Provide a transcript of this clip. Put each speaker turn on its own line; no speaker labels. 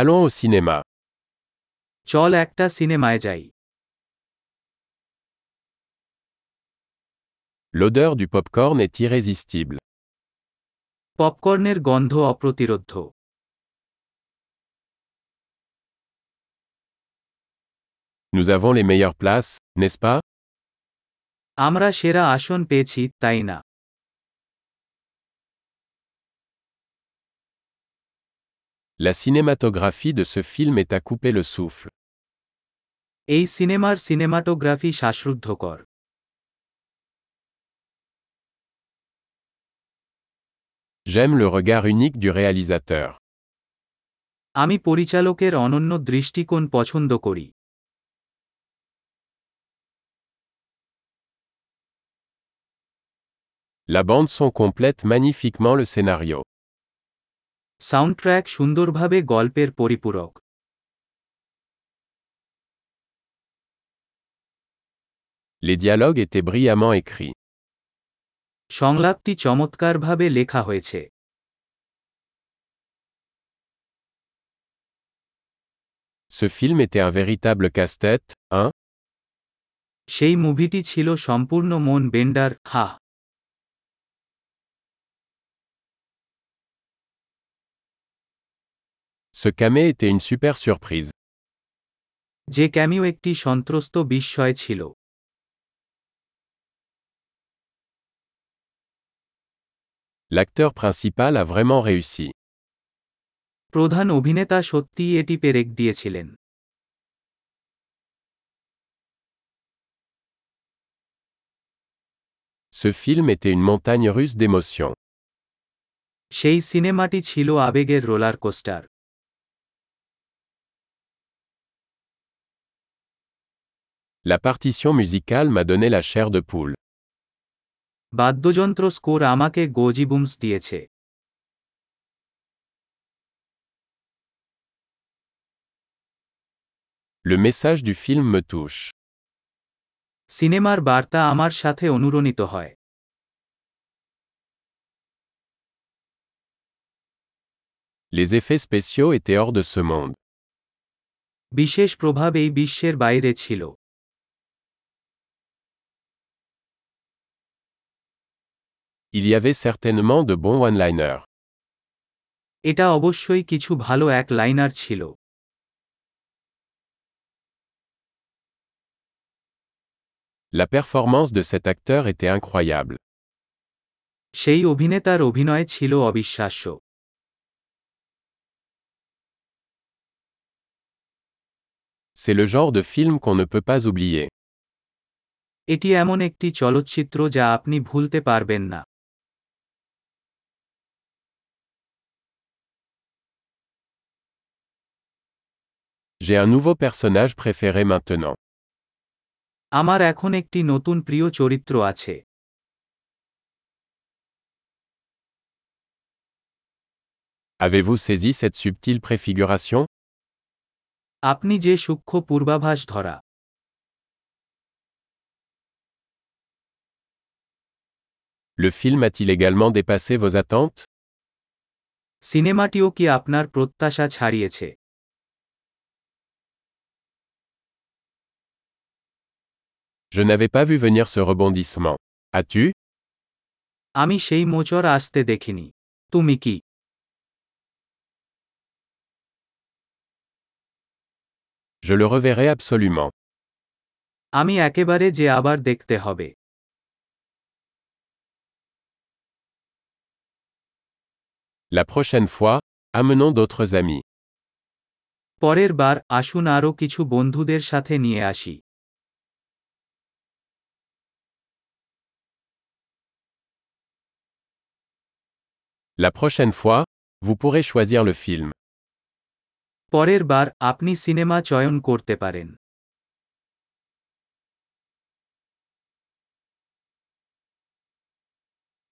Allons au cinéma.
চল একটা সিনেমায় যাই
L'odeur du popcorn est irrésistible.
পপকর্নের গন্ধ অপ্রতিরোধ্য
Nous avons les meilleures places, n'est-ce pas
আমরা সেরা আসন পেয়েছি তাই না
La cinématographie de ce film est à couper le souffle.
এই সিনেমার সিনেমাটোগ্রাফি শ্বাসরুদ্ধকর
J'aime le regard unique du réalisateur.
আমি পরিচালকের অনন্য দৃষ্টিকোণ পছন্দ করি
La bande son complète magnifiquement le scénario.
সাউন্ডট্র্যাক সুন্দরভাবে গল্পের পরিপূরক
Les dialogues étaient brillamment écrits.
সংলাপটি চমৎকারভাবে লেখা হয়েছে
Ce film était un véritable casse-tête, hein
সেই মুভিটি ছিল সম্পূর্ণ মন বেন্ডার হা
Ce camé était une super surprise.
যে ক্যামিও একটি সন্ত্রস্ত বিস্ময় ছিল
L'acteur principal a vraiment réussi.
প্রধান অভিনেতা সত্যিই এটি পেরেক দিয়েছিলেন
Ce film était une montagne russe d'émotions.
সেই সিনেমাটি ছিল আবেগের রোলার কোস্টার
La partition musicale m'a donné la chair de poule.
বাদ্যযন্ত্র স্কোর আমাকে গোজিবুমস দিয়েছে
Le message du film me touche.
সিনেমার বার্তা আমার সাথে অনুরণিত হয়
Les effets spéciaux étaient hors de ce monde.
বিশেষ প্রভাব এই বিশ্বের বাইরে ছিল
Il y avait certainement de bons one-liners.
এটা অবশ্যই কিছু ভালো এক লাইনার ছিল
La performance de cet acteur était incroyable.
সেই অভিনেতার অভিনয় ছিল অবিশ্বাস্য
C'est le genre de film qu'on ne peut pas oublier.
এটি এমন একটি চলচ্চিত্র যা আপনি ভুলতে পারবেন না
J'ai un nouveau personnage préféré maintenant.
আমার এখন একটি নতুন প্রিয় চরিত্র আছে
Avez-vous saisi cette subtile préfiguration
আপনি যে সূক্ষ্ম পূর্বাভাস ধরা
Le film a-t-il également dépassé vos attentes
সিনেমাটিও কি আপনার প্রত্যাশা ছাড়িয়েছে
Je n'avais pas vu venir ce rebondissement. As-tu
আমি সেই মোচর আসতে দেখিনি তুমি কি
Je le reverrai absolument.
আমি একেবারে যে আবার দেখতে হবে
La prochaine fois, amenons d'autres amis.
পরের বার আসুন আরও কিছু বন্ধুদের সাথে নিয়ে আসি
La prochaine fois, vous pourrez choisir le film.
পরের বার আপনি সিনেমা চয়ন করতে পারেন